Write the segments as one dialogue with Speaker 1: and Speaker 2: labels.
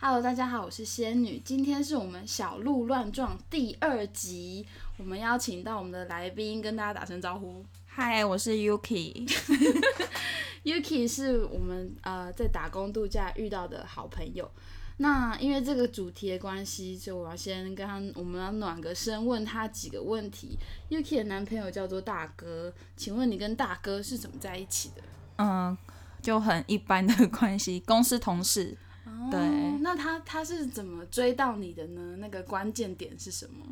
Speaker 1: Hello，大家好，我是仙女，今天是我们小鹿乱撞第二集，我们邀请到我们的来宾跟大家打声招呼。
Speaker 2: 嗨，我是 Yuki。
Speaker 1: Yuki 是我们呃在打工度假遇到的好朋友。那因为这个主题的关系，所以我要先跟他，我们要暖个身，问他几个问题。Yuki 的男朋友叫做大哥，请问你跟大哥是怎么在一起的？
Speaker 2: 嗯，就很一般的关系，公司同事。对
Speaker 1: 哦那他他是怎么追到你的呢？那个关键点是什么？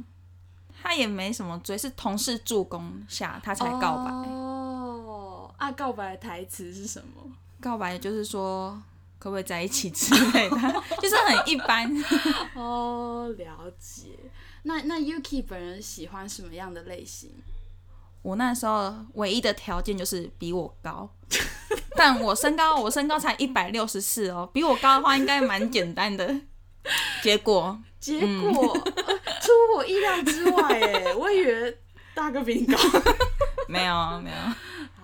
Speaker 2: 他也没什么追，是同事助攻下他才告白。
Speaker 1: 哦，啊，告白的台词是什么？
Speaker 2: 告白就是说可不可以在一起之类的， 就是很一般。
Speaker 1: 哦，了解。那那 Yuki 本人喜欢什么样的类型？
Speaker 2: 我那时候唯一的条件就是比我高，但我身高我身高才一百六十四哦，比我高的话应该蛮简单的。结果
Speaker 1: 结果、呃 出我意料之外，哎，我以为大哥比你 高。
Speaker 2: 没有没有，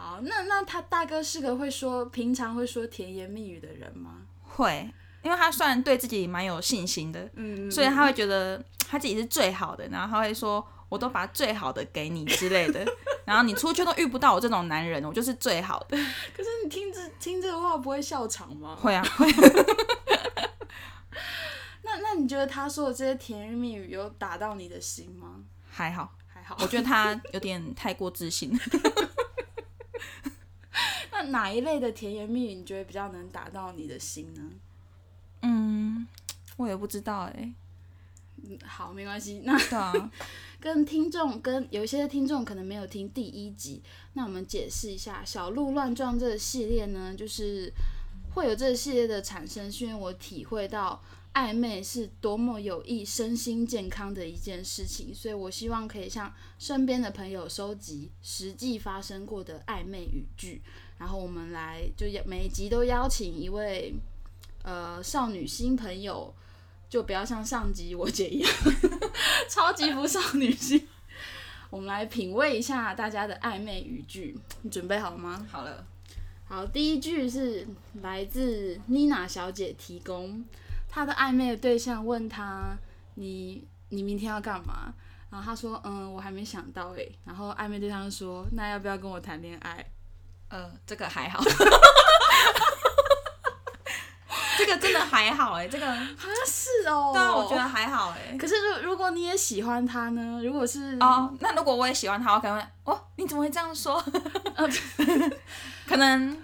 Speaker 1: 好，那那他大哥是个会说平常会说甜言蜜语的人吗？
Speaker 2: 会，因为他虽然对自己蛮有信心的，
Speaker 1: 嗯
Speaker 2: 所以他会觉得他自己是最好的，然后他会说：“我都把最好的给你之类的。” 然后你出去都遇不到我这种男人，我就是最好的。
Speaker 1: 可是你听这听这个话不会笑场吗？
Speaker 2: 会啊，会
Speaker 1: 那那你觉得他说的这些甜言蜜语有打到你的心吗？
Speaker 2: 还好，
Speaker 1: 还好，
Speaker 2: 我觉得他有点太过自信。
Speaker 1: 那哪一类的甜言蜜语你觉得比较能打到你的心呢？
Speaker 2: 嗯，我也不知道哎、
Speaker 1: 嗯，好，没关系。 那
Speaker 2: 对啊，
Speaker 1: 跟听众跟有一些听众可能没有听第一集，那我们解释一下《小鹿乱撞》这个系列呢，就是会有这个系列的产生，是因为我体会到暧昧是多么有益身心健康的一件事情，所以我希望可以向身边的朋友收集实际发生过的暧昧语句，然后我们来就也每一集都邀请一位呃少女新朋友。就不要像上集我姐一样， 超级不少女心。 我们来品味一下大家的暧昧语句，你准备好了吗？
Speaker 2: 好了，
Speaker 1: 好，第一句是来自妮娜小姐提供，她的暧昧对象问她：“你你明天要干嘛？”然后她说：“嗯，我还没想到诶。”然后暧昧对象说：“那要不要跟我谈恋爱
Speaker 2: 呃，这个还好。 这个真的还好哎、这个？”
Speaker 1: 啊，是哦。
Speaker 2: 对啊，我觉得。还好哎、
Speaker 1: 可是如如果你也喜欢他呢？如果是
Speaker 2: 哦，那如果我也喜欢他，我可能会哦，你怎么会这样 说？嗯 可能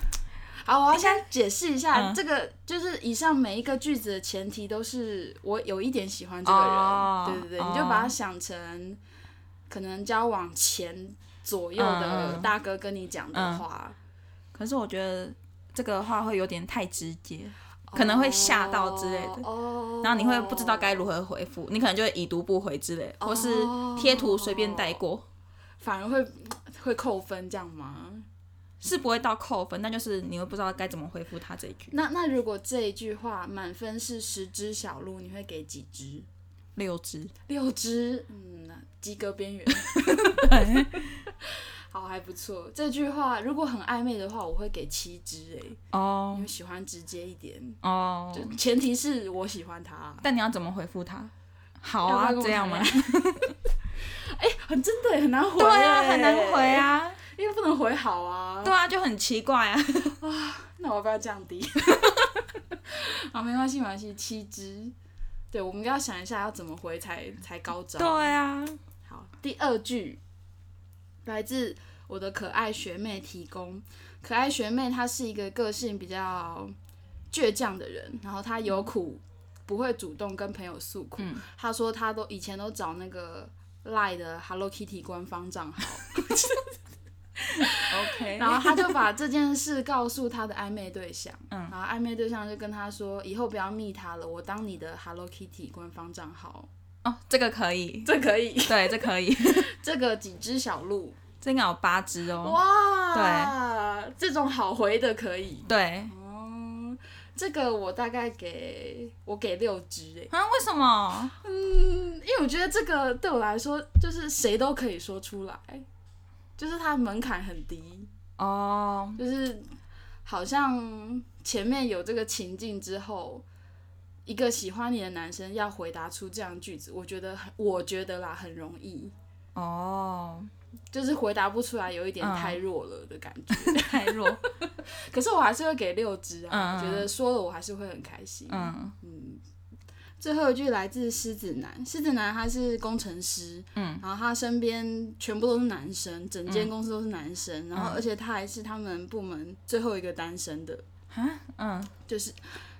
Speaker 1: 好，我要先解释一下，
Speaker 2: 哎嗯
Speaker 1: 这个就是以上每一个句子的前提都是我有一点喜欢这个人，
Speaker 2: 哦
Speaker 1: 对对对，
Speaker 2: 哦
Speaker 1: 你就把它想成可能交往前左右的
Speaker 2: 嗯
Speaker 1: 大哥跟你讲的话，
Speaker 2: 可是我觉得这个话会有点太直接，可能会吓到之类的
Speaker 1: 哦，
Speaker 2: 然后你会不知道该如何回复，你可能就会已读不回之类，或是贴图随便带过，
Speaker 1: 哦反而会会扣分这样吗？
Speaker 2: 是不会到扣分，但就是你会不知道该怎么回复他这一句。
Speaker 1: 那那如果这一句话满分是十只小鹿，你会给几只？
Speaker 2: 六只，
Speaker 1: 六只，嗯，及格边缘。 好，还不错。这句话如果很暧昧的话，我会给七只哎、
Speaker 2: 哦
Speaker 1: 因为喜欢直接一点，
Speaker 2: 哦，
Speaker 1: 就前提是我喜欢他。啊
Speaker 2: 但你要怎么回复他？好
Speaker 1: 要不要
Speaker 2: 啊，
Speaker 1: 跟我
Speaker 2: 这样吗
Speaker 1: 谈？ 哎、很真的耶很难回、
Speaker 2: 对啊，
Speaker 1: 哎
Speaker 2: 很难回，啊，
Speaker 1: 因为不能回好啊。
Speaker 2: 对啊，就很奇怪啊。
Speaker 1: 那我要不要降低？ 好，没关系，没关系，七只。对，我们要想一下要怎么回才才高招。
Speaker 2: 对啊，
Speaker 1: 好，第二句来自我的可爱学妹提供。可爱学妹她是一个个性比较倔强的人，然后她有苦不会主动跟朋友诉苦。
Speaker 2: 嗯
Speaker 1: 她说她都以前都找那个 Line 的 Hello Kitty 官方账号，
Speaker 2: ，OK，
Speaker 1: 然后她就把这件事告诉她的暧昧对象，
Speaker 2: 嗯
Speaker 1: 然后暧昧对象就跟她说以后不要密她了，我当你的 Hello Kitty 官方账号，
Speaker 2: 哦，这个可以，
Speaker 1: 这可以，
Speaker 2: 对，这可以，
Speaker 1: 这个几只小鹿。
Speaker 2: 这应该有八只哦。
Speaker 1: 哇，对，这种好回的可以。
Speaker 2: 对
Speaker 1: 哦，这个我大概给我给六只哎，
Speaker 2: 啊，为什么？
Speaker 1: 嗯，因为我觉得这个对我来说就是谁都可以说出来，就是它门槛很低，
Speaker 2: 哦，
Speaker 1: 就是好像前面有这个情境之后。一个喜欢你的男生要回答出这样的句子，我觉得很我觉得啦很容易，
Speaker 2: 哦，
Speaker 1: 就是回答不出来，有一点
Speaker 2: 嗯
Speaker 1: 太弱了的感觉。
Speaker 2: 太 弱，
Speaker 1: 可是我还是会给六支啊，
Speaker 2: 嗯嗯
Speaker 1: 我觉得说了我还是会很开心。
Speaker 2: 嗯
Speaker 1: 嗯，最后一句来自狮子男，狮子男他是工程师，
Speaker 2: 嗯，
Speaker 1: 然后他身边全部都是男生，整间公司都是男生，然后
Speaker 2: 嗯
Speaker 1: 而且他还是他们部门最后一个单身的，
Speaker 2: 啊，嗯
Speaker 1: 就是，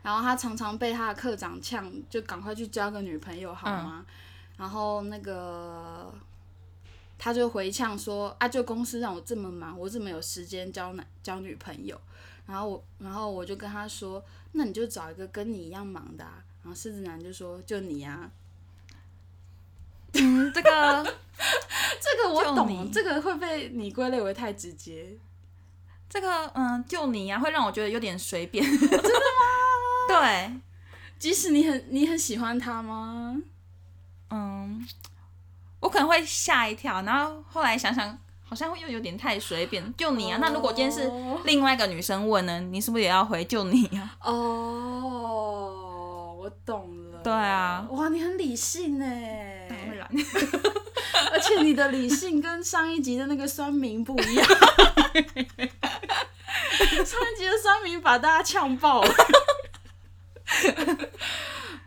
Speaker 1: 然后他常常被他的课长呛，就赶快去交个女朋友好吗？
Speaker 2: 嗯
Speaker 1: 然后那个他就回呛说啊，就公司让我这么忙，我怎么有时间交男交女朋友？然后我，然后我就跟他说，那你就找一个跟你一样忙的、啊。然后狮子男就说，就你啊，
Speaker 2: 嗯，这个
Speaker 1: 这个我
Speaker 2: 就
Speaker 1: 懂，
Speaker 2: 你
Speaker 1: 这个会被你归类为太直接。
Speaker 2: 这个嗯，就你呀、啊，会让我觉得有点随便， 真的吗？对，
Speaker 1: 即使你很你很喜欢他吗？
Speaker 2: 嗯，我可能会吓一跳，然后后来想想，好像会又有点太随便，就你啊。那如果今天是
Speaker 1: 哦
Speaker 2: 另外一个女生问呢，你是不是也要回就你啊？
Speaker 1: 哦，我懂了。
Speaker 2: 对啊
Speaker 1: 哇，你很理性呢，
Speaker 2: 当然，
Speaker 1: 而且你的理性跟上一集的那个酸民不一 样。上一集的酸民把大家呛爆了。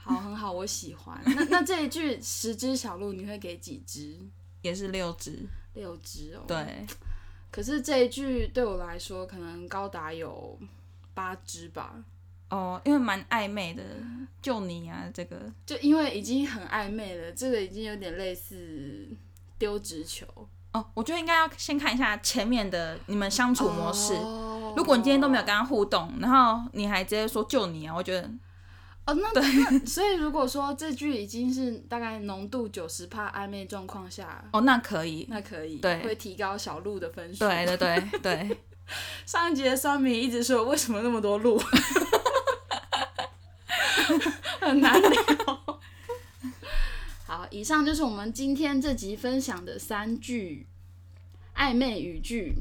Speaker 1: 好，很好，我喜欢。那那这一句十只小鹿，你会给几只？
Speaker 2: 也是六只，
Speaker 1: 六只哦。。
Speaker 2: 对，
Speaker 1: 可是这一句对我来说，可能高达有八只吧。
Speaker 2: 哦，因为蛮暧昧的，就你啊，这个
Speaker 1: 就因为已经很暧昧了，这个已经有点类似丢直球
Speaker 2: 哦，我觉得应该要先看一下前面的你们相处模式。
Speaker 1: 哦
Speaker 2: 如果你今天都没有跟他互动，然后你还直接说就你啊，我觉得
Speaker 1: 哦，那那所以如果说这句已经是大概浓度九十帕暧昧状况下，
Speaker 2: 哦那可以，
Speaker 1: 那可以
Speaker 2: 对
Speaker 1: 会提高小鹿的分数。
Speaker 2: 对对对对，
Speaker 1: 上一节酸民一直说为什么那么多鹿， 很难聊。 好，以上就是我们今天这集分享的三句暧昧语句。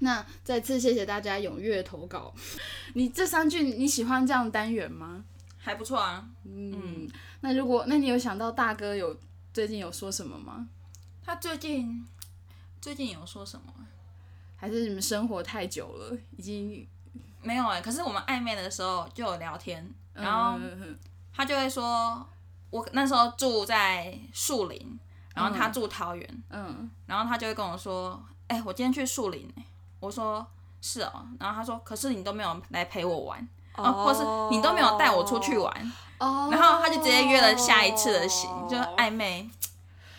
Speaker 1: 那再次谢谢大家踊跃投稿。 你这三句你喜欢这样的单元吗？
Speaker 2: 还不错啊。
Speaker 1: 嗯，那如果那你有想到大哥有最近有说什么吗？
Speaker 2: 他最近最近有说什么啊？
Speaker 1: 还是你们生活太久了，已经
Speaker 2: 没有哎、可是我们暧昧的时候就有聊天，然后
Speaker 1: 嗯
Speaker 2: 他就会说，我那时候住在树林，然后他
Speaker 1: 嗯
Speaker 2: 住桃园，
Speaker 1: 嗯
Speaker 2: 然后他就会跟我说，哎、我今天去树林、欸，我说是哦，然后他说，可是你都没有来陪我玩，哦、或是你都没有带我出去玩，
Speaker 1: 哦，
Speaker 2: 然后他就直接约了下一次的行，就是暧昧，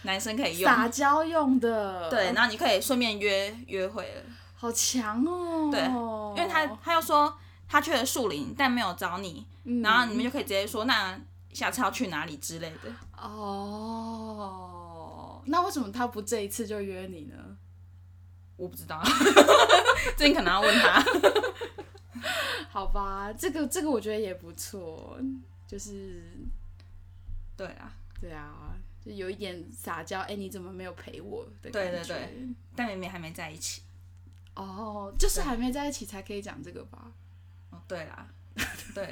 Speaker 2: 男生可以用，
Speaker 1: 撒娇用的，
Speaker 2: 对，，然后你可以顺便约约会了。
Speaker 1: 好强哦，
Speaker 2: 对因为他他又说他去了树林，但没有找你，
Speaker 1: 嗯
Speaker 2: 然后你们就可以直接说那下次要去哪里之类的。
Speaker 1: 哦，那为什么他不这一次就约你呢？
Speaker 2: 我不知道， 这你可能要问他。
Speaker 1: 好吧，这个这个我觉得也不错，就是
Speaker 2: 对啊，
Speaker 1: 对啊，就有一点撒娇，哎、你怎么没有陪我的感
Speaker 2: 对对
Speaker 1: 觉
Speaker 2: 对但明明还没在一起。
Speaker 1: 哦，就是还没在一起才可以讲这个吧。
Speaker 2: 哦，对啦， 对，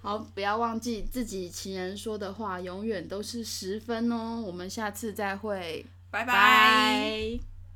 Speaker 1: 好，不要忘记自己情人说的话永远都是十分哦。我们下次再会，
Speaker 2: 拜
Speaker 1: 拜。